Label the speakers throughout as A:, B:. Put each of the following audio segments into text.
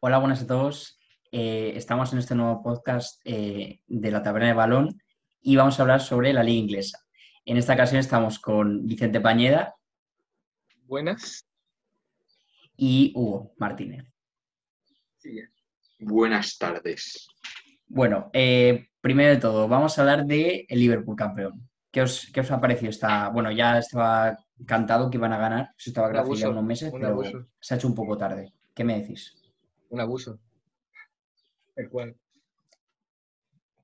A: Hola, buenas a todos. Eh, estamos en este nuevo podcast eh, de la Taberna de Balón y vamos a hablar sobre la liga inglesa. En esta ocasión estamos con Vicente Pañeda
B: Buenas.
A: y Hugo Martínez.
B: Sí,
C: Buenas tardes.
A: Bueno, eh, primero de todo, vamos a hablar de el Liverpool campeón. ¿Qué os, qué os ha parecido esta? Bueno, ya estaba cantado que iban a ganar, se estaba
B: Un
A: claro hace ya
B: abuso,
A: unos meses,
B: un
A: pero
B: abuso.
A: se ha hecho un poco tarde. ¿Qué me decís?
B: un abuso. El cual. O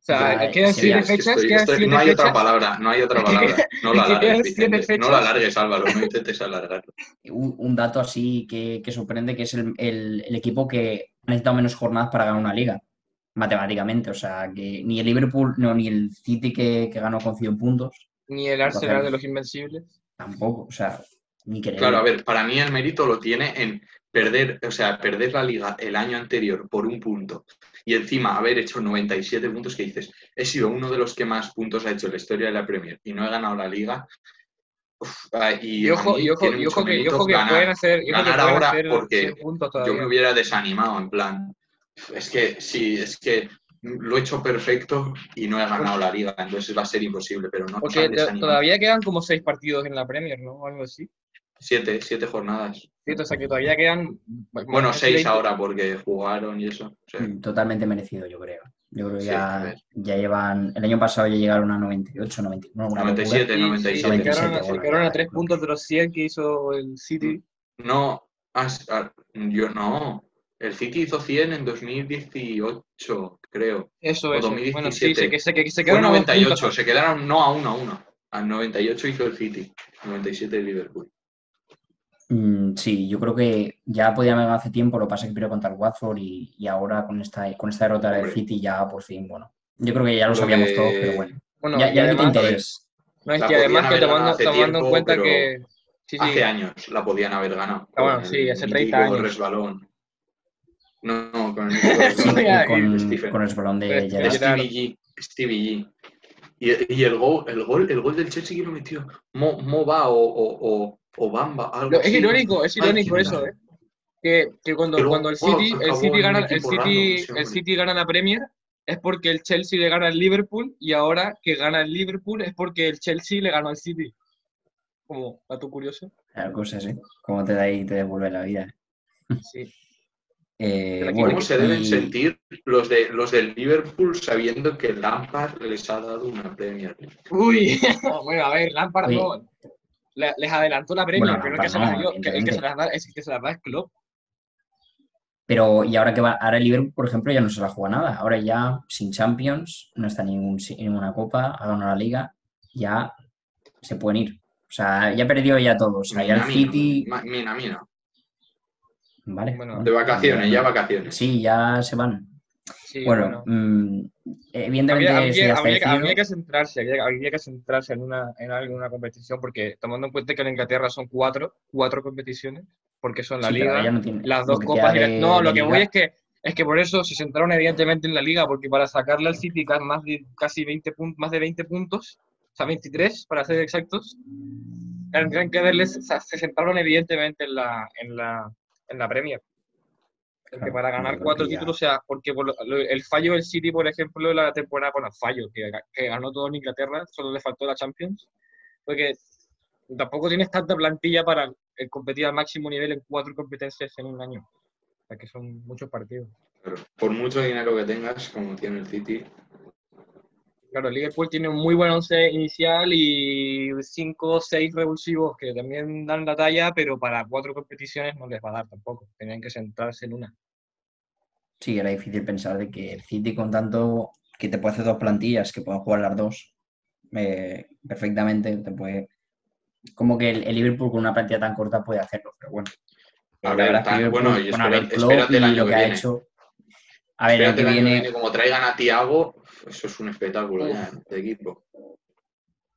A: Ya,
B: sea,
A: eh,
B: quedan
A: sería-
B: siete
A: es
C: que
B: fechas,
C: estoy-
B: quedan
C: estoy-
B: siete
C: no hay otra
B: fechas.
C: palabra, no hay otra palabra. No la
B: Es que quedan
C: alargues,
B: siete
C: Vicente. No la
B: fechas.
C: alargues, Álvaro. No intentes alargarlo.
A: un, un dato así que, que sorprende, que es el, el- el equipo que ha necesitado menos jornadas para ganar una liga, matemáticamente. O sea, que ni el Liverpool, no, ni el City que, que ganó con 100 puntos,
B: Ni el Arsenal de los Invencibles.
A: tampoco. O sea, ni creer.
C: Claro, a ver, para mí el mérito lo tiene en perder, o sea, perder la liga el año anterior por un punto y encima haber hecho 97 puntos que dices, he sido uno de los que más puntos ha hecho en la historia de la Premier y no he ganado la liga. Uf, ah, y,
B: Y
C: a
B: ojo,
C: mí
B: y ojo,
C: tiene
B: y
C: mucho
B: ojo que, y
C: mérito
B: ojo que
C: ganar.
B: pueden hacer, y ojo que
C: ganar
B: pueden
C: ahora
B: hacer
C: porque
B: cien puntos
C: yo
B: todavía.
C: me hubiera desanimado, en plan, es que sí, es que lo he hecho perfecto y no he ganado la liga, entonces va a ser imposible, pero no nos
B: Porque
C: han
B: to-
C: desanimado.
B: todavía quedan como seis partidos en la Premier, ¿no? O algo así.
C: Siete, siete jornadas.
B: Sí, O sea, que todavía quedan...
C: Bueno, seis
B: veinte-
C: ahora porque jugaron y eso. o sea,
A: Mm, Totalmente merecido, yo creo. Yo creo que
C: eh. Sí, a
A: ya,
C: ver.
A: ya llevan. El año pasado ya llegaron a 98, 99. una locura.
C: 97.
B: Sí, sí,
C: 97.
B: se quedaron, a- se
A: 97,
B: quedaron a
A: bueno,
B: tres
A: claro.
B: puntos de los 100 que hizo el City.
C: no, as- a- yo no. El City hizo 100 en 2018, creo.
B: Eso,
C: O
B: eso. Bueno, sí,
C: 2017.
B: se, que- se, que- se
C: Fue
B: quedaron a dos puntos.
C: 98, se quedaron no a 1 a 1. Al 98 hizo el City, 97 el Liverpool.
A: Mm, sí, yo creo que ya podía haber ganado hace tiempo, lo que pasa es que perdió contra el Watford y, y ahora con esta, con esta derrota del
C: Hombre.
A: City ya por fin, bueno. Yo creo que ya lo
C: Lo
A: sabíamos
C: de-
A: todos, pero bueno.
B: Bueno,
A: ya
B: y
A: ya le quita
B: además- pues,
A: interés.
B: No, es
C: La
B: que además
C: podían
B: que
C: haber
B: tomando,
C: ganado hace
B: tomando en
C: tiempo,
B: cuenta
C: pero
B: que. Sí, sí.
C: Hace años la podían haber ganado.
B: Ah, bueno,
C: con
B: sí,
C: el
B: hace 30
C: mítico
B: años.
C: resbalón. No, no, con el mítico resbalón.
A: Sí,
B: Ya,
A: con,
C: Stephen.
A: con el balón de
B: Pero-
A: Gerrard.
B: Gerrard.
C: Stevie G. Stevie G. Y, y el, gol, el, gol, el gol del Chelsea que lo metió Mo, Mova o, o, o, o Bamba. Algo
B: Lo- es
C: así.
B: irónico, es
C: Ay,
B: irónico
C: qué
B: eso,
C: mal.
B: ¿eh? Que, que cuando,
C: Pero,
B: cuando el
C: wow,
B: City, el
C: acabó
B: City
C: en
B: gana,
C: un
B: el
C: equipo
B: City,
C: random, ese
B: el
C: hombre.
B: City gana la Premier es porque el Chelsea le gana al Liverpool y ahora que gana el Liverpool es porque el Chelsea le ganó al City. Como dato curioso.
A: Claro, cosas, ¿eh? Como te da y te devuelve la vida.
B: Sí.
A: Eh,
B: Pero aquí
C: ¿Cómo
A: bueno,
C: se deben
A: y-
C: sentir los, de, los del Liverpool sabiendo que Lampard les ha dado una Premier League?
B: Uy, bueno, a ver, Lampard
A: Oye.
B: no. Le- les adelantó la Premier,
A: Bueno,
B: pero el que, se
A: Lampard
B: las
A: no,
B: dio- que- el que se
A: evidentemente.
B: las da es el que se las da es Klopp.
A: Pero, y ahora que va, ahora el Liverpool, por ejemplo, ya no se la juega nada. Ahora ya sin Champions, no está en, ningún, en ninguna copa, ha ganado la liga, ya se pueden ir. O sea, ya perdió ya todo. O sea, ya Pues el
C: Minamino,
A: City.
C: ma- Minamino.
A: Vale.
B: Bueno,
C: De vacaciones, ya vacaciones.
A: Sí, ya se van.
B: Sí,
A: bueno, mm, evidentemente
B: Habría,
A: eso ya
B: habría,
A: está
B: habría que-
A: decidido.
B: habría que centrarse, habría, habría que centrarse en una, en alguna competición, porque tomando en cuenta que en Inglaterra son cuatro, cuatro competiciones, porque son la
A: Sí, pero
B: liga,
A: ahora ya no tiene-
B: las
A: lo
B: dos
A: que
B: copas
A: queda
B: y la-
A: de-
B: No,
A: de
B: lo que voy
A: liga-
B: es que es que por eso se centraron evidentemente en la liga, porque para sacarle al City ca- más de, casi 20 pun- más de 20 puntos, o sea, 23 para ser exactos, tendrían que haberles, o sea, se centraron evidentemente en la, en la, en la Premier. Porque
A: Claro,
B: para
A: yo
B: ganar
A: creo que
B: cuatro
A: ya-
B: títulos, o sea, porque por lo- lo- el fallo del City, por ejemplo, la temporada, bueno, fallo, que, ga- que ganó todo en Inglaterra, solo le faltó la Champions, porque tampoco tienes tanta plantilla para eh, competir al máximo nivel en cuatro competencias en un año. O sea, que son muchos partidos.
C: Pero por mucho dinero que tengas, como tiene el City,
B: Claro, el Liverpool tiene un muy buen once inicial y cinco o seis revulsivos que también dan la talla, pero para cuatro competiciones no les va a dar tampoco. Tenían que centrarse en una.
A: Sí, era difícil pensar de que el City con tanto que te puede hacer dos plantillas, que pueden jugar las dos eh, perfectamente, te puede... Como que el, el Liverpool con una plantilla tan corta puede hacerlo, pero bueno. Eh,
C: A
A: la
C: ver,
A: verdad es que
C: tan-
A: Liverpool,
C: bueno, y
A: bueno, a ver,
C: espérate-
A: Klopp
C: espérate el
A: y
C: año
A: lo
C: que
A: que ha
C: viene.
A: hecho... A ver, el año
C: Espérate el
A: que
C: año que
A: viene...
C: viene, como traigan a Tiago, eso es un espectáculo ya de equipo.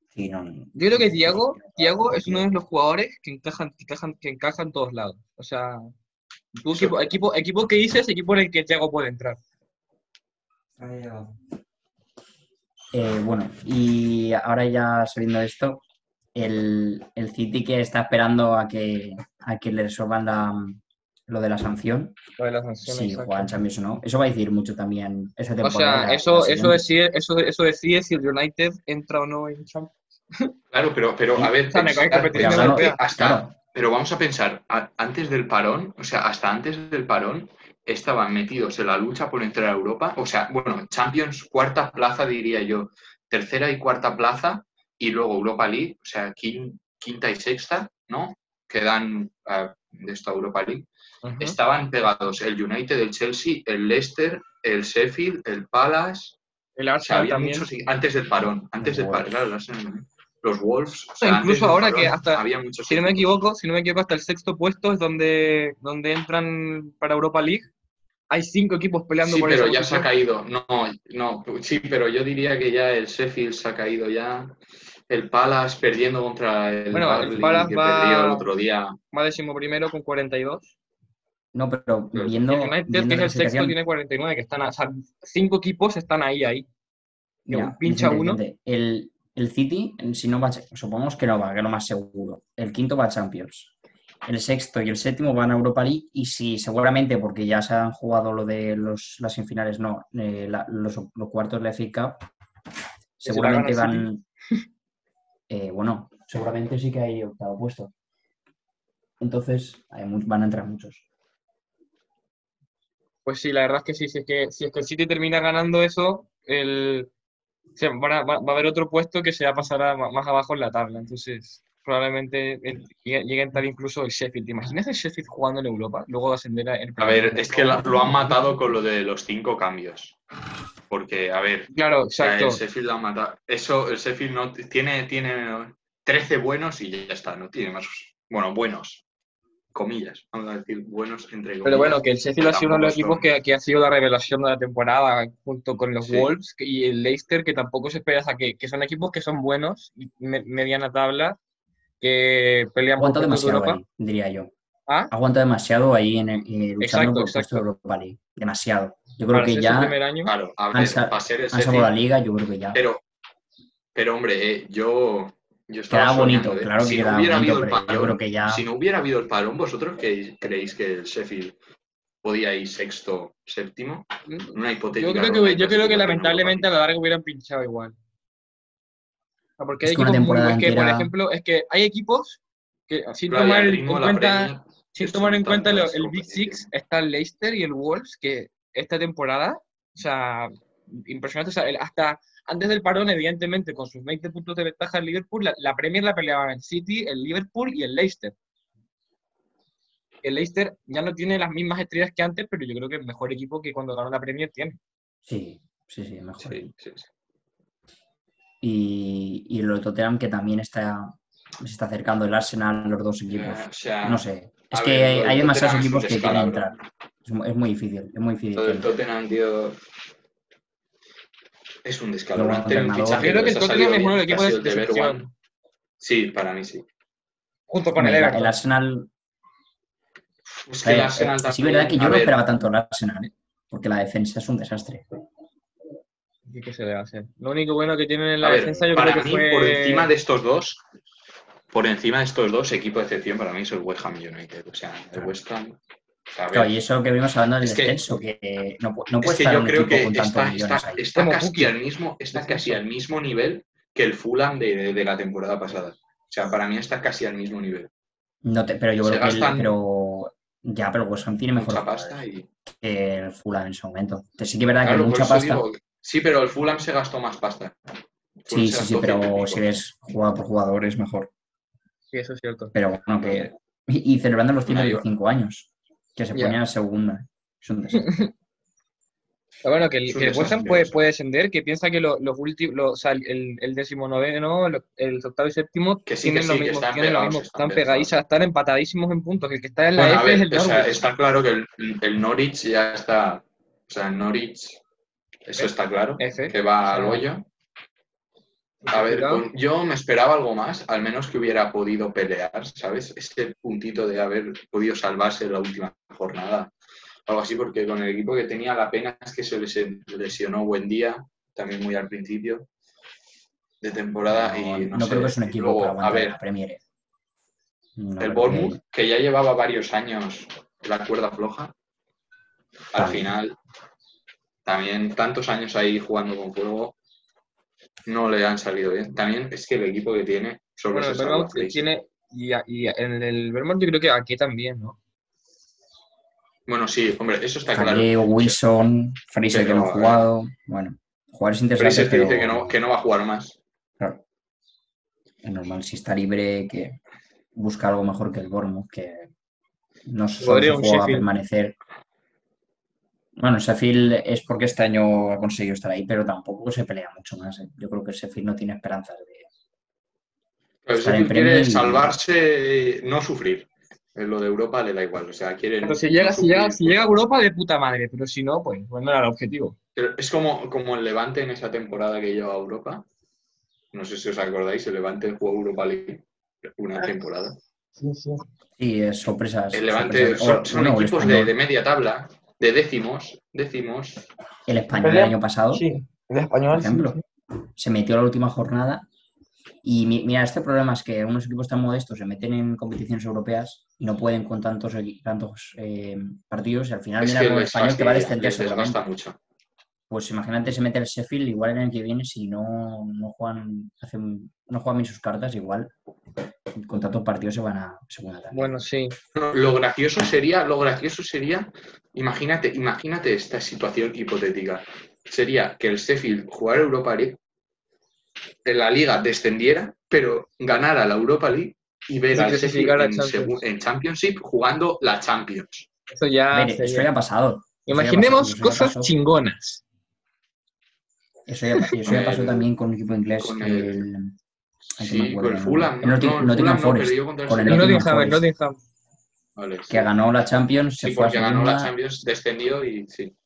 A: Sí, no, no.
B: Yo creo que
A: Sí,
B: Thiago,
A: sí, sí.
B: Thiago es uno de los jugadores que encajan, que encajan, que encajan todos lados. O sea, tu
C: Eso.
B: equipo, equipo, equipo que dices, equipo en el que Thiago puede entrar.
A: Eh, bueno, y ahora ya sabiendo esto, el, el City que está esperando a que, a que le resuelvan la, lo de la sanción,
B: lo de las sanciones,
A: si
B: exacto.
A: juegan Champions o no. Eso va a decir mucho también esa
B: O
A: temporada.
B: sea, eso,
A: la
B: eso,
A: siguiente.
B: decide, eso, eso decide si el United entra o no en Champions.
C: Claro, pero, pero a ver,
B: O sea, me cae
C: pensar-
B: competición
C: pensar
A: europea.
C: que hasta,
A: Claro.
C: pero vamos a pensar, a- antes del parón, o sea, hasta antes del parón estaban metidos en la lucha por entrar a Europa, o sea, bueno, Champions cuarta plaza diría yo, tercera y cuarta plaza, y luego Europa League, o sea, quin- quinta y sexta, ¿no? Quedan ah, de esta Europa League. Estaban pegados el United, el Chelsea, el Leicester, el Sheffield, el Palace.
B: El
C: O sea,
B: Arsenal
C: había
B: también.
C: muchos y- antes del parón. Antes del parón,
A: Wolves.
C: claro, el Arsenal también. Los Wolves. o sea, antes
B: incluso
C: del
B: ahora
C: parón
B: que hasta-
C: Había muchos
B: Si no me
C: equipos.
B: equivoco, si no me equivoco, hasta el sexto puesto es donde, donde entran para Europa League. Hay cinco equipos peleando
C: Sí,
B: por
C: pero
B: esa
C: ya se
B: posición.
C: ha caído. No, no. Sí, pero yo diría que ya el Sheffield se ha caído ya. El Palace perdiendo contra el
B: Bueno, el
C: Burnley,
B: Palace
C: que
B: va-
C: perdió el otro día.
B: Va décimo primero con 42.
A: No, pero
C: El
A: viendo,
B: el United,
A: viendo
B: que
A: la
B: es el sexto,
A: clasificación,
B: tiene 49, que están a, o sea, cinco equipos están ahí, ahí. que
A: mira,
B: un pincha
A: Vicente,
B: uno.
A: Vicente, El, el City, si no va, a Cha- supongamos que no va, que es lo más seguro. El quinto va a Champions. El sexto y el séptimo van a Europa League y si seguramente, porque ya se han jugado lo de los, las semifinales, no, eh, la- los, los cuartos de la FA Cup,
B: si la gana
A: seguramente
B: el
A: van... eh, bueno, seguramente sí que hay octavo puesto. Entonces, hay mu- van a entrar muchos.
B: Pues sí, la verdad es que sí, si es que, si es que el City termina ganando eso, el, se van a- va, va a haber otro puesto que se va a pasar a ma- más abajo en la tabla. Entonces, probablemente el- llegue, llegue a entrar incluso el Sheffield. ¿Te imaginas el Sheffield jugando en Europa? Luego de ascender a el
C: A ver, es que la- lo han matado con lo de los cinco cambios. Porque, a ver,
B: Claro,
C: O sea,
B: exacto.
C: Eh, el Sheffield la ha matado. Eso, el Sheffield no t- tiene, tiene 13 buenos y ya está, no tiene más. Bueno, buenos. Comillas. Vamos a decir buenos entre comillas.
B: Pero bueno, que el Sheffield ha sido uno de los
C: Tampoco
B: equipos que, que ha sido la revelación de la temporada junto con los
C: Sí.
B: Wolves y el Leicester, que tampoco se espera, o sea, que, que son equipos que son buenos, y me- mediana tabla, que pelean por
A: Aguanta
B: puestos de
A: demasiado
B: Europa.
A: ahí, diría yo.
B: ¿Ah?
A: aguanta demasiado ahí en el, eh, luchando
B: Exacto,
A: por el puesto
B: exacto.
A: de Europa League. Demasiado. Yo creo
B: Para
A: que
B: ser
A: ya
B: su primer año.
C: Claro, a
A: Han
C: ver,
A: sa-
C: para ser el
A: han salvado la
C: Sheffield.
A: liga, yo creo que ya.
C: Pero, pero hombre, eh, yo, yo estaba
A: Queda bonito,
C: soñando, eh.
A: claro que
C: si no
A: queda bonito,
C: hubiera habido el
A: pero yo
C: parón,
A: creo que ya-
C: Si no hubiera habido el parón, ¿vosotros creéis, creéis que el Sheffield podía ir sexto, séptimo? Una hipotética.
B: Yo creo
C: ronda
B: que, yo creo que
C: clasificatoria en Europa
B: lamentablemente a
C: League.
B: la larga hubieran pinchado igual. O sea, Porque
A: Es
B: hay
A: que una
B: equipos muy
A: temporada
B: buenos que, por
A: entera-
B: ejemplo, es que hay equipos que sin
C: Claro, y
B: tomar
C: al
B: el- en
C: ritmo de la
B: cuenta
C: Premier,
B: sin
C: que
B: tomar
C: son
B: en cuenta lo-
C: tantas
B: el Big Six,
C: competiciones.
B: está el Leicester y el Wolves, que esta temporada, o sea, impresionante. o sea, el- hasta antes del parón, evidentemente, con sus 20 puntos de ventaja el Liverpool, la, la Premier la peleaban el City, el Liverpool y el Leicester. El Leicester ya no tiene las mismas estrellas que antes, pero yo creo que es el mejor equipo que cuando ganó la Premier tiene.
A: Sí, sí, sí, mejor.
C: Sí, sí, sí.
A: Y, y lo de Tottenham, que también está, se está acercando el Arsenal, los dos equipos.
C: Eh, o sea,
A: pues, No sé. Es
C: a
A: que
C: ver, lo del
A: hay demasiados
C: Tottenham
A: equipos
C: es un
A: que quieren
C: descalabro.
A: entrar. Es, mu- es muy difícil, es muy difícil.
C: Lo del
A: que-
C: Tottenham, tío. Es un descalabro.
A: Pero
C: Han tenido un
A: entrenador.
C: fichaje
A: Yo creo
B: que el
C: les ha
B: Tottenham
C: salido
B: es uno de los
C: bien, que ha
B: equipos de
C: sido el de
B: decepción.
C: Bergwijn. Sí, para mí sí.
B: Junto con el
A: Hombre,
B: Everton.
A: el Arsenal.
C: Es
A: eh, eh, sí, es verdad que yo
C: a
A: no
C: ver,
A: esperaba tanto el Arsenal, ¿eh? porque la defensa es un desastre.
B: ¿Y qué se le va a hacer? Lo único bueno que tienen en
C: a
B: la
C: ver,
B: defensa yo
C: para
B: creo que
C: mí,
B: fue...
C: por encima de estos dos, por encima de estos dos, equipo de excepción para mí es el West Ham United. O sea, el West Ham. o sea, a ver,
A: Claro, y eso que vimos hablando del
C: Es que-
A: descenso, que no, pu- no puede
C: es que
A: estar
C: yo
A: un
C: creo
A: equipo
C: que
A: con tantos
C: está,
A: millones
C: está,
A: ahí.
C: está
B: Como
C: casi
B: Puki.
C: al mismo, está
B: Es
C: casi
B: eso.
C: al mismo nivel que el Fulham de, de- de la temporada pasada. O sea, para mí está casi al mismo nivel.
A: No te- pero yo
C: Se
A: creo que el-
C: gastan
A: pero ya, pero West Ham tiene mejor
C: Mucha
A: jugadores
C: pasta y.
A: que el Fulham en su momento. Te- Sí que es verdad
C: Claro,
A: Ah, que
C: por
A: mucha
C: eso
A: pasta.
C: digo, sí, pero el Fulham se gastó más pasta.
A: sí,
C: El Fulham se
A: sí, sí,
C: gastó ciento y
A: pero
C: pico.
A: si ves jugador por jugador es mejor.
B: Sí, eso es cierto.
A: Pero bueno, que. Y, y celebrando los
C: Ahí va.
A: 125 años, que se
B: Ya.
A: pone a la segunda. Es un desastre.
B: Pero Ah, bueno, que
C: Es
B: el,
C: un
B: que el West Ham
C: desastre,
B: puede,
C: eso.
B: puede descender, que piensa que lo- los últimos, los- o sea, el, el decimonoveno, lo- el octavo y séptimo
C: Que sí, que
B: tienen
C: sí,
B: lo
C: que
B: mismo,
C: están
B: tienen lo
C: pegados,
B: mismo,
C: están
B: están
C: pegados.
B: pegadizas, están empatadísimos en puntos. El que está en la
C: Bueno, a
B: F es el
C: ver, o
B: Norwich.
C: sea, está claro que el, el Norwich ya está. O sea, el Norwich, eso está claro,
B: F.
C: que va
B: Eh,
C: al
B: O sea,
C: hoyo.
B: Pues
C: A ver, con- yo me esperaba algo más, al menos que hubiera podido pelear, ¿sabes? Ese puntito de haber podido salvarse en la última jornada, algo así, porque con el equipo que tenía la pena es que se lesi- lesionó buen día, también muy al principio de temporada.
A: no
C: y no,
A: no
C: sé,
A: creo que es un
C: y
A: equipo
C: luego,
A: para
C: A
A: aguantar
C: ver,
A: la Premier. eh. No
C: el
A: creo que-
C: Bournemouth, que ya llevaba varios años la cuerda floja. Al
A: También.
C: final, también tantos años ahí jugando con fuego, no le han salido bien. También es que el equipo que tiene sobre
B: Bueno, el Vermont tiene. Y, a- y a- en el Vermont yo creo que aquí también, ¿no?
C: Bueno, sí, hombre, eso está claro.
A: Caleo, Wilson, Fraser que no ha
C: Pero,
A: jugado. Bueno, jugadores interesantes.
C: Fraser te dice
A: pero-
C: eh. que no, que no va a jugar más.
A: Claro. Es normal, si está libre, que busca algo mejor que el Bournemouth, que no solo se
B: Podría un
A: juega a
B: Sheffield.
A: permanecer. Bueno, Sheffield es porque este año ha conseguido estar ahí, pero tampoco se pelea mucho más. ¿eh? Yo creo que Sheffield no tiene esperanzas de...
C: Pero
A: Estar en
C: Sheffield quiere
A: Premier y-
C: salvarse, no sufrir. En Lo de Europa le da igual, o sea, quiere.
B: Pero si
C: no
B: llega, si
C: sufrir.
B: llega, si llega a Europa, de puta madre. Pero si no, pues, pues no era el objetivo.
C: Pero es como, como el Levante en esa temporada que lleva a Europa. No sé si os acordáis, el Levante jugó Europa League una temporada.
A: Sí, es sorpresas.
C: El Levante
A: sorpresas.
C: son,
A: O-
C: son
A: bueno, el
C: equipos de,
A: español,
C: de media tabla, de décimos, décimos.
A: el español el
D: Pelea.
A: año pasado.
D: Sí, el
A: por
D: español. sí,
A: ejemplo.
D: sí.
A: Ah, Se metió a la última jornada. Y mi- mira, este problema es que unos equipos tan modestos se meten en competiciones europeas y no pueden con tantos, equi- tantos eh, partidos. Y al final,
C: Es
A: mira,
C: que
A: con el
C: les,
A: español que va a
C: fastidia,
A: descender
C: les
A: seguramente.
C: desgasta mucho.
A: Pues imagínate, se mete el Sheffield igual el año que viene si no, no juegan hacen, no juegan bien sus cartas, igual con tantos partidos se van a segunda tabla.
B: Bueno, sí.
C: No, Lo gracioso sería, lo gracioso sería, imagínate, imagínate esta situación hipotética. Sería que el Sheffield jugara Europa League, en la liga descendiera, pero ganara la Europa League y ver
B: Y
C: al Sheffield
B: clasificar a
C: en,
B: Champions.
C: segu- en Championship jugando la Champions.
B: Eso ya.
A: A ver,
B: sería-
A: eso ya ha pasado.
B: Imaginemos
A: eso ya pasó,
B: cosas
A: eso ya pasó.
B: chingonas.
A: Eso ya, eso ya
C: Con
A: pasó
C: el-
A: también con un equipo inglés.
C: con
A: que
C: el-
A: el- ay, que no me
C: Sí,
A: acuerdo el
C: con el
A: nombre.
C: Fulham.
A: El Notting-
C: no, el
A: Nottingham
C: Fulham no
A: Forest.
C: perdió contra el
A: con el
B: No
C: Sheffield.
A: Nottingham
B: Nottingham, el
A: Forest.
B: Nottingham.
C: Vale, sí.
A: que ganó la Champions, se
C: Sí,
A: fue a
C: porque ganó la
A: segunda.
C: Champions, descendió y sí.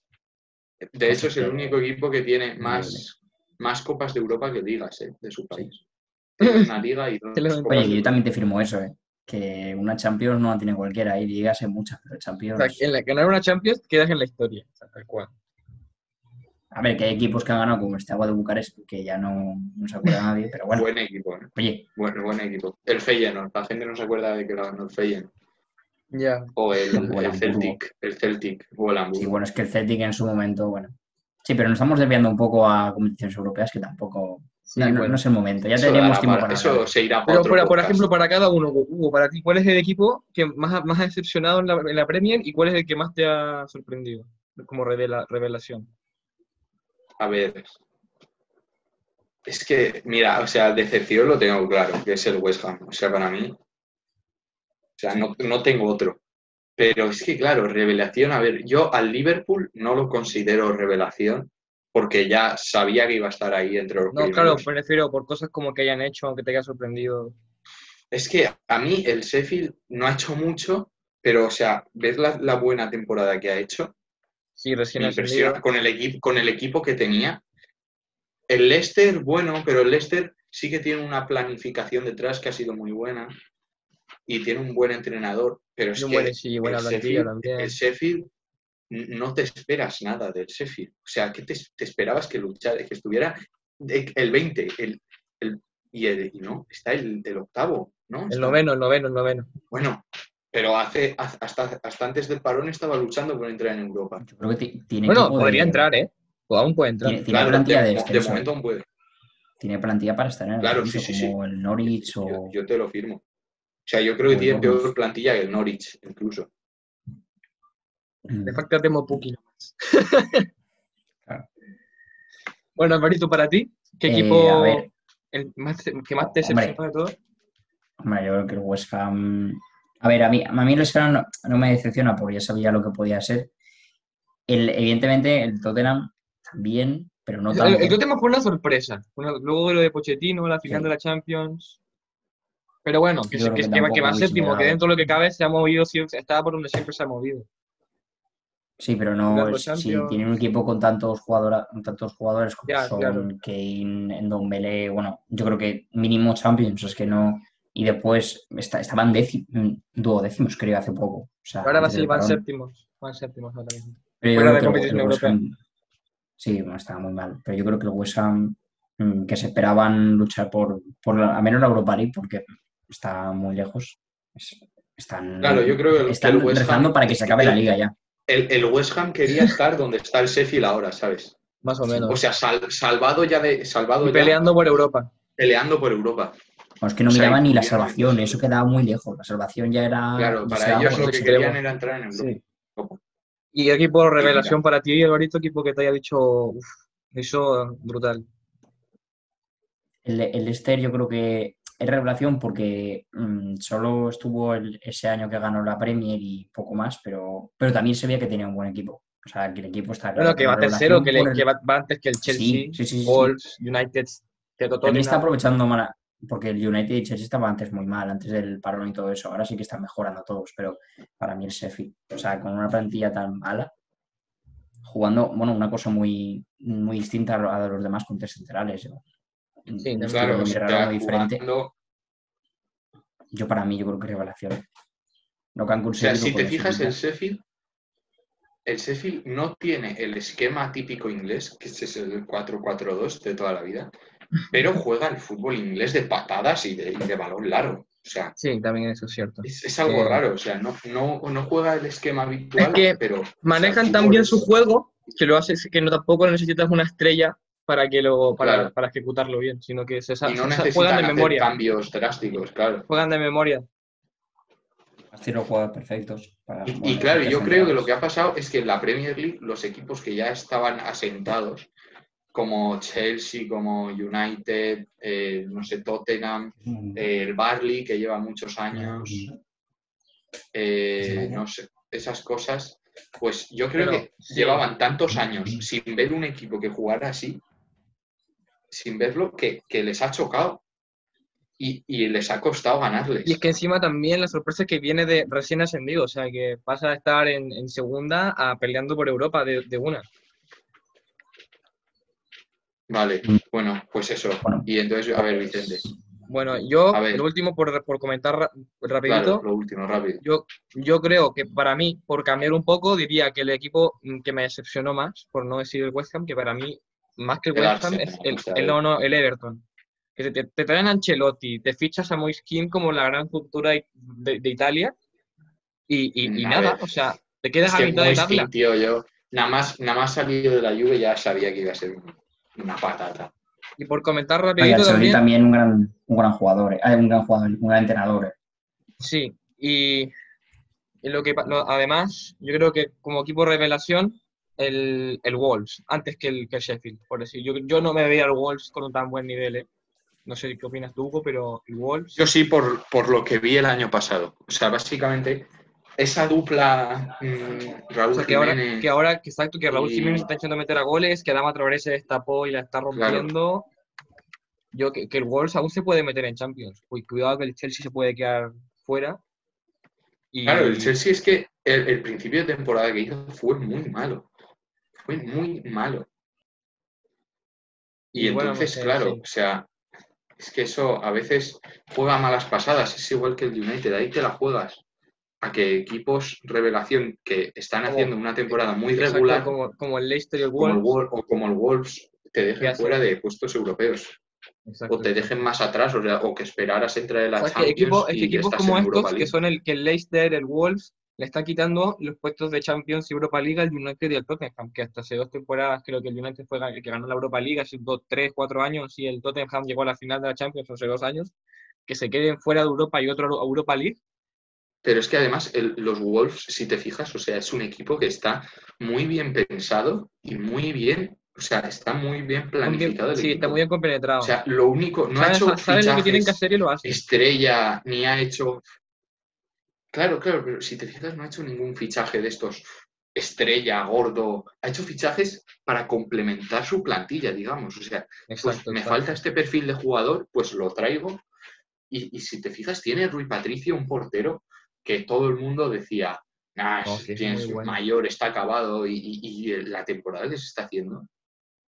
C: De hecho, es el único equipo que tiene más, más copas de Europa que ligas eh, de su país. Tiene Una liga y dos
B: Te lo-
C: copas
A: Oye,
C: de
A: que yo
C: Europa.
A: también te firmo eso, ¿eh? que una Champions no la tiene cualquiera, y ligas hay muchas, pero
B: O
A: Champions...
B: sea, en la, ganar una Champions quedas en la historia. O sea, tal cual.
A: A ver, que hay equipos que han ganado, como este Agua de Bucarest, que ya no, no se acuerda nadie, pero bueno.
C: Buen equipo, ¿eh?
A: Oye,
C: Bueno, buen equipo. El Feyenoord, la gente no se acuerda de que lo ganó el Feyenoord.
B: Ya.
C: O el,
A: O el
C: el
A: Hamburgo.
C: Celtic, el Celtic o el Hamburgo.
A: sí, bueno, es que el Celtic en su momento, bueno... Sí, pero nos estamos desviando un poco a competiciones europeas, que tampoco...
B: Sí,
A: no, no-
B: bueno.
A: no es el momento, ya
C: Eso,
A: tenemos
C: dará
A: tiempo
C: para-
A: para...
C: eso
A: hablar.
C: se irá para
B: Pero,
C: otro
B: pero, por
C: podcast.
B: ejemplo, para cada uno, Hugo, para ti, ¿cuál es el equipo que más, ha- más ha decepcionado en la, en la Premier y cuál es el que más te ha sorprendido como revela- revelación?
C: A ver. Es que, mira, o sea, decepción lo tengo claro, que es el West Ham. O sea, para mí. O sea, no, no tengo otro. Pero es que, claro, revelación. A ver, yo al Liverpool no lo considero revelación porque ya sabía que iba a estar ahí entre los
B: No, claro,
C: primeros.
B: me refiero por cosas como que hayan hecho, aunque te haya sorprendido.
C: Es que a mí el Sheffield no ha hecho mucho, pero, o sea, ves la, la buena temporada que ha hecho.
B: Sí, recién
C: me
B: ascendido.
C: impresiona con el, equipo, con el equipo que tenía. El Leicester, bueno, pero el Leicester sí que tiene una planificación detrás que ha sido muy buena y tiene un buen entrenador, pero es
B: Y un
C: que
B: buen- sí, buena
C: el
B: plantilla
C: Sheffield-
B: también.
C: el Sheffield n- no te esperas nada del Sheffield. O sea, ¿qué te, te esperabas que luchara, que estuviera de- el 20 el, el- y el y no? Está el, el octavo, ¿no?
B: El
C: Está-
B: noveno, el noveno, el noveno.
C: Bueno, pero hace, haz- hasta, hasta antes del parón estaba luchando por entrar en Europa.
A: Yo creo que ti- tiene
B: Bueno,
A: equipo de-
B: podría entrar, ¿eh? O aún puede entrar.
A: Tiene, tiene
C: Claro,
A: plantilla
C: de,
A: de,
C: de
A: descenso, ¿eh?
C: momento aún puede.
A: tiene plantilla para estar en el
C: Claro,
A: descenso,
C: sí, sí, sí.
A: como el Norwich o...
C: Yo, yo te lo firmo. O sea, yo creo que
A: Muy
C: tiene
A: buenos.
C: peor plantilla que el Norwich, incluso.
A: mm.
B: Le falta Temo Puki nomás.
A: Claro.
B: Bueno, Alvarito, para ti, ¿qué
A: Eh,
B: equipo
A: a ver.
B: el más, que más te
A: Hombre.
B: decepcionó de todo?
A: Hombre, yo creo que el West Ham. A ver, a mí, a mí el West Ham no, no me decepciona porque ya sabía lo que podía ser. El, evidentemente, el Tottenham también, pero no tanto.
B: Eh, El, el Tottenham fue una sorpresa. Una- luego lo de Pochettino, la final
A: Sí.
B: de la Champions. Pero bueno, que,
A: Yo
B: se-
A: creo
B: que,
A: que
B: que va- que va
A: tampoco
B: séptimo, que
A: hubiese
B: dentro de lo que cabe se ha movido, sí, estaba por donde siempre se ha movido.
A: Sí, pero
B: Jugar
A: no.
B: los
A: es- Si
B: Champions.
A: tiene un equipo con tantos, jugadora- con tantos jugadores como
B: Ya,
A: son
B: claro.
A: Kane, Ndombele, bueno, yo creo que mínimo Champions, es que no. Y después está- estaban déci- duodécimos, creo, hace poco. O sea,
B: Ahora va a
A: antes del
B: ser van
A: parón.
B: séptimos. Van séptimos ahora mismo.
A: Pero yo creo que
B: Fuera de
A: el- el
B: competición
A: West Ham- Sí, bueno, estaba muy mal. Pero yo creo que el West Ham, mm, que se esperaban luchar por, por la- a menos la Europa League, porque está muy lejos, es- Están,
C: Claro, yo creo que el-
A: están
C: el West Ham-
A: rezando para que se acabe la liga ya.
C: El, el West Ham quería estar donde está el Sheffield ahora, ¿sabes?
B: Más o
C: O
B: menos.
C: sea, sal- salvado ya de. Salvado
B: Y
C: ya,
B: Pues, peleando por Europa.
C: peleando por Europa.
A: Vamos, es que no
C: O sea,
A: miraba ni la
C: incluye-
A: salvación, eso quedaba muy lejos. La salvación ya era.
C: Claro,
A: ya
C: para
A: estaba
C: ellos
A: por
C: lo
A: los
C: que
A: extremos.
C: querían era entrar en Europa.
B: Sí. Y equipo revelación para ti, Alvarito, equipo que te haya dicho, uff, eso brutal.
A: El, el Leicester yo creo que es revelación porque mm, solo estuvo el- ese año que ganó la Premier y poco más, pero, pero también se veía que tenía un buen equipo. O sea, que el equipo está claro.
B: Bueno, que va
A: es
B: tercero,
A: revelación
B: que, le-
A: por el-
B: que va, va antes que el Chelsea,
A: Sí, sí, sí, sí.
B: Wolves, United, que todo
A: También está aprovechando mal, porque el United y Chelsea estaban antes muy mal, antes del parón y todo eso. Ahora sí que están mejorando todos, pero para mí el Sheffield, o sea, con una plantilla tan mala, jugando, bueno, una cosa muy, muy distinta a lo- a los demás con tres centrales. ¿no? Un
B: Sí,
A: estilo
C: Claro,
A: de
C: o sea,
A: Mirar algo diferente.
C: jugando-
A: Yo para mí, yo creo que revelación. Lo que han
C: O sea,
A: conseguido.
C: si
A: con
C: te
A: ese
C: fijas, el
A: equipo.
C: Sheffield, el Sheffield no tiene el esquema típico inglés, que ese es el 4-4-2 de toda la vida, pero juega el fútbol inglés de patadas y de, y de balón largo. O sea,
B: Sí, también eso es cierto.
C: es, es algo
B: Sí.
C: raro. O sea, no, no, no juega el esquema habitual,
B: Eh, Es que
C: pero. o
B: Manejan
C: sea,
B: tan bien
C: fútbol-
B: su juego que lo hace que no tampoco necesitas una estrella para que lo para,
C: Claro.
B: para ejecutarlo bien, sino que se, sa-
C: Y
B: se
C: no
B: sa-
C: necesitan
B: juegan de
C: hacer
B: memoria,
C: cambios drásticos, claro.
B: juegan de memoria.
A: Has tirado jugadores perfectos. para-
C: Y, y
A: bueno,
C: claro,
A: tres
C: yo creo que
A: centrales.
C: lo que ha pasado es que en la Premier League los equipos que ya estaban asentados, como Chelsea, como United, eh, no sé, Tottenham,
A: Mm,
C: eh, el Barley, que lleva muchos años, eh, no sé, esas cosas, pues yo creo
B: Pero, Mm.
C: que llevaban tantos años sin ver un equipo que jugara así, sin verlo, que, que les ha chocado y, y les ha costado ganarles.
B: Y es que encima también la sorpresa es que viene de recién ascendido, o sea que pasa a estar en, en segunda a peleando por Europa de, de una.
C: Vale,
B: Mm.
C: bueno, pues eso.
A: Bueno.
C: Y entonces, a ver, Vicente,
B: Bueno, yo,
C: A ver.
B: el último por, por comentar ra- rapidito,
C: claro, lo último, rápido.
B: Yo, yo creo que para mí, por cambiar un poco, diría que el equipo mm, que me decepcionó más, por no decir el West Ham, que para mí, más que el
C: El
B: West Ham, es
C: Arsenal,
B: el,
C: o sea,
B: el-
C: el-
B: no, no, el Everton. Que se te, te traen a Ancelotti, te fichas a Moise Kean como la gran cultura de, de Italia y, y- y
C: Mm, a
B: nada,
C: ver.
B: o sea, te
C: Es
B: quedas a
C: que
B: mitad de
C: Moiskin,
B: tabla.
C: tío, yo nada más, nada más salido de la lluvia ya sabía que iba a ser un- una patata.
B: Y por comentar
A: Oye,
B: rapidito
A: Ancelotti
B: también,
A: también un gran, un gran jugador, eh, un gran jugador, un gran entrenador. eh.
B: Sí, y, y lo que pa- lo- además, yo creo que como equipo revelación, el, el Wolves, antes que el, que el Sheffield, por decir. Yo, yo no me veía al Wolves con un tan buen nivel, ¿eh? No sé qué opinas tú, Hugo, pero el Wolves.
C: Yo sí, por, por lo que vi el año pasado. O sea, básicamente, esa dupla mm,
B: o
C: Raúl
B: sea, que ahora,
C: Jiménez-
B: que ahora, que exacto, que Raúl
C: y-
B: Jiménez está echando a meter a goles, que Adama Traoré se destapó y la está rompiendo. Yo, que, que el Wolves aún se puede meter en Champions. Uy, cuidado que el Chelsea se puede quedar fuera. Y,
C: Claro, el Chelsea es que el, el principio de temporada que hizo fue muy malo. Fue muy malo. Y,
B: Y bueno,
C: entonces,
B: no sé,
C: claro,
B: sí.
C: o sea, es que eso a veces juega malas pasadas. Es igual que el United, ahí te la juegas. A que equipos revelación que están
B: Como-
C: haciendo una temporada muy
B: exacto,
C: regular, como,
B: como, como el Leicester y el
C: el
B: Wolves.
C: Wol- o como el Wolves, te
B: ¿Qué
C: dejen
B: hace?
C: fuera de puestos europeos.
B: Exacto.
C: O te dejen más atrás, o, sea, o que esperaras entrar en la
B: O sea, es que
C: Champions
B: equipo- es que
C: y
B: equipos
C: estás
B: como
C: en
B: estos,
C: Europa
B: que
C: League.
B: son el que el Leicester, el Wolves, le están quitando los puestos de Champions y Europa League al United y al Tottenham, que hasta hace dos temporadas creo que el United fue el que ganó la Europa League hace dos, tres, cuatro años y el Tottenham llegó a la final de la Champions hace dos años, que se queden fuera de Europa y otro Europa League.
C: Pero es que además el- los Wolves, si te fijas, o sea, es un equipo que está muy bien pensado y muy bien, o sea, está muy bien
B: Muy bien-
C: planificado. el
B: sí, está
C: equipo.
B: muy bien compenetrado.
C: O sea, lo único, no ha
B: saben,
C: hecho
B: sa- saben lo que tienen que
C: fichajes
B: hacer y lo hacen.
C: estrella, ni ha hecho... Claro, claro, pero si te fijas, no ha hecho ningún fichaje de estos estrella, gordo, ha hecho fichajes para complementar su plantilla, digamos. O sea, pues
B: Exacto,
C: me
B: exacto.
C: falta este perfil de jugador, pues lo traigo. Y, y si te fijas, tiene Rui Patricio un portero que todo el mundo decía, nah,
B: No,
C: es-
B: que Oh, es
C: tienes
B: muy
C: un
B: bueno".
C: mayor, está acabado y, y- y la temporada que se está haciendo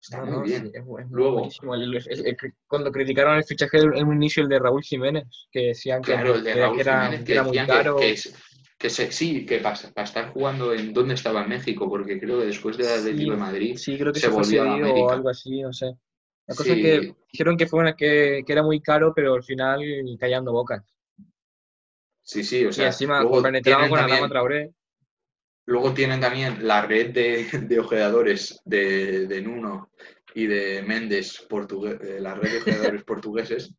C: está
B: No,
C: muy
B: no,
C: bien.
B: sí, es bu- es
C: Luego-
B: buenísimo. El- el- el- el- cuando criticaron el fichaje en un inicio el de Raúl Jiménez, que decían que,
C: Claro, el de
B: que
C: Raúl
B: era,
C: Jiménez,
B: que
C: que
B: era muy
C: decían que-
B: caro.
C: que, es- que se- sí, que para, para estar jugando en donde estaba en México, porque creo que después del
B: Sí.
C: Atlético de Madrid,
B: Sí, creo que
C: se
B: se, fue
C: volvió a
B: cedido o
C: América.
B: algo así, no sé. La cosa es
C: Sí.
B: que dijeron que, fue una- que, que era muy caro, pero al final callando bocas.
C: Sí, sí, o sea,
B: y encima
C: luego
B: compenetrado
C: tienen
B: con Adama
C: también-
B: Traoré.
C: Luego tienen también la red de, de ojeadores de, de Nuno y de Méndez, portugue- eh, la red de ojeadores portugueses,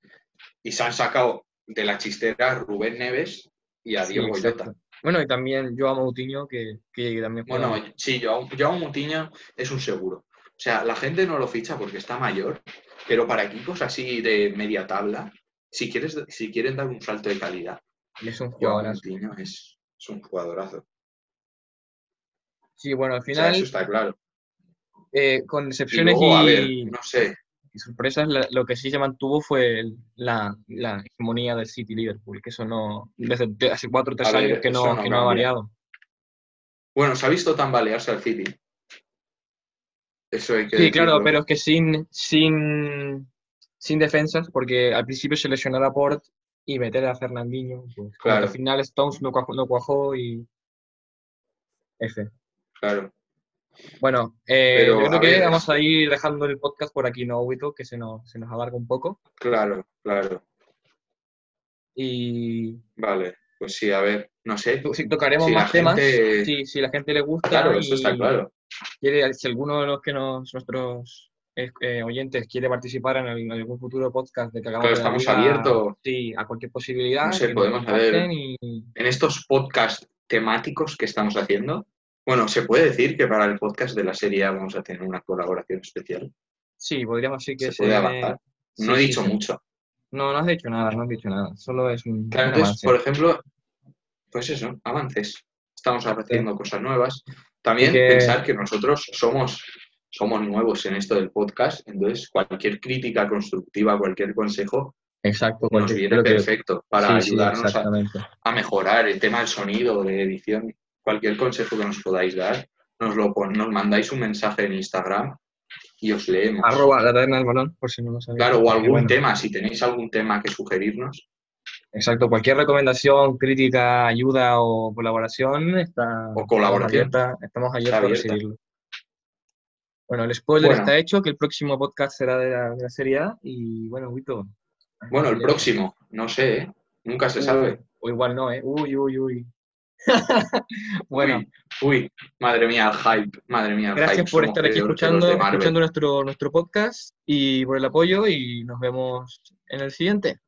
C: y se han sacado de la chistera a Rubén Neves y a
B: Sí,
C: Diego
B: exacto.
C: Llota.
B: Bueno, y también Joao Moutinho, que, que también juega.
C: Bueno, sí, Joao, Joao Mutiño es un seguro. O sea, la gente no lo ficha porque está mayor, pero para equipos así de media tabla, si, quieres, si quieren dar un salto de calidad,
B: y es un
C: Joao
B: jugador.
C: Mutiño es, es un jugadorazo.
B: Sí, bueno, al
C: O sea,
B: final,
C: eso está claro.
B: eh, con
C: Y
B: excepciones
C: luego, a
B: y,
C: ver, no sé,
B: y sorpresas, la- lo que sí se mantuvo fue el- la, la hegemonía del City Liverpool, que eso no, desde de- hace cuatro o tres
C: A ver,
B: años que no,
C: eso no
B: que no ha
C: cambia.
B: variado.
C: Bueno, se ha visto tambalearse al City. Eso hay que
B: Sí, claro,
C: decirlo.
B: pero es que sin, sin, sin defensas, porque al principio se lesionó a Laporte y meter a Fernandinho, pues, como que
C: Claro.
B: al final Stones no cuajó, no cuajó y... F.
C: Claro.
B: Bueno, eh,
C: Pero,
B: yo creo
C: a
B: que
C: ver,
B: vamos a ir dejando el podcast por aquí, ¿no, Huito? Que se nos, se nos alarga un poco.
C: Claro, claro.
B: Y
C: Vale. Pues sí, a ver, no sé.
B: to- Pues si tocaremos
C: Si la
B: más temas,
C: gente-
B: si, si la gente le gusta
C: Claro, eso
B: y
C: está claro.
B: quiere, si alguno de los que nos, nuestros eh, eh, oyentes quiere participar en, el- en algún futuro podcast de que hagamos
C: Claro,
B: de la
C: estamos
B: liga,
C: abiertos.
B: Sí, a cualquier posibilidad.
C: No sé,
B: que nos
C: podemos
B: contacten
C: saber.
B: y-
C: En estos podcasts temáticos que estamos haciendo, bueno, se puede decir que para el podcast de la serie A vamos a tener una colaboración especial.
B: Sí, podríamos decir que
C: Se puede
B: se-
C: avanzar.
B: sí,
C: No he
B: sí,
C: dicho
B: sí.
C: mucho.
B: No, no has dicho nada, no has dicho nada. Solo es un.
C: Claro,
B: un
C: entonces,
B: avance.
C: por ejemplo, pues eso, avances. Estamos haciendo cosas nuevas. También
B: Así que-
C: pensar que nosotros somos, somos nuevos en esto del podcast, entonces cualquier crítica constructiva, cualquier consejo
B: Exacto,
C: nos
B: cualquier-
C: viene
B: creo que-
C: perfecto para
B: sí, sí,
C: ayudarnos a,
B: exactamente.
C: a mejorar el tema del sonido, de edición. Cualquier consejo que nos podáis dar, nos, lo pon- nos mandáis un mensaje en Instagram y os leemos.
B: Arroba la taberna del balón, por si no lo sabéis.
C: Claro, o algún
B: Bueno,
C: tema, si tenéis algún tema que sugerirnos,
B: Exacto, cualquier recomendación, crítica, ayuda o colaboración está.
C: O colaboración.
B: Estamos abierta- estamos
C: Está
B: abiertos a
C: abierta.
B: recibirlo. Bueno, el spoiler
C: Bueno.
B: está hecho, que el próximo podcast será de la, de la Serie A y bueno, Huito.
C: bueno, el
B: Ya.
C: próximo, no sé, ¿eh? nunca se sabe.
B: O igual no, ¿eh? Uy, uy, uy. bueno,
C: Uy, uy, madre mía, el hype, madre mía. el
B: gracias
C: hype.
B: por
C: Somos
B: estar aquí
C: peor que los
B: escuchando,
C: de Marvel.
B: escuchando nuestro, nuestro podcast y por el apoyo y nos vemos en el siguiente.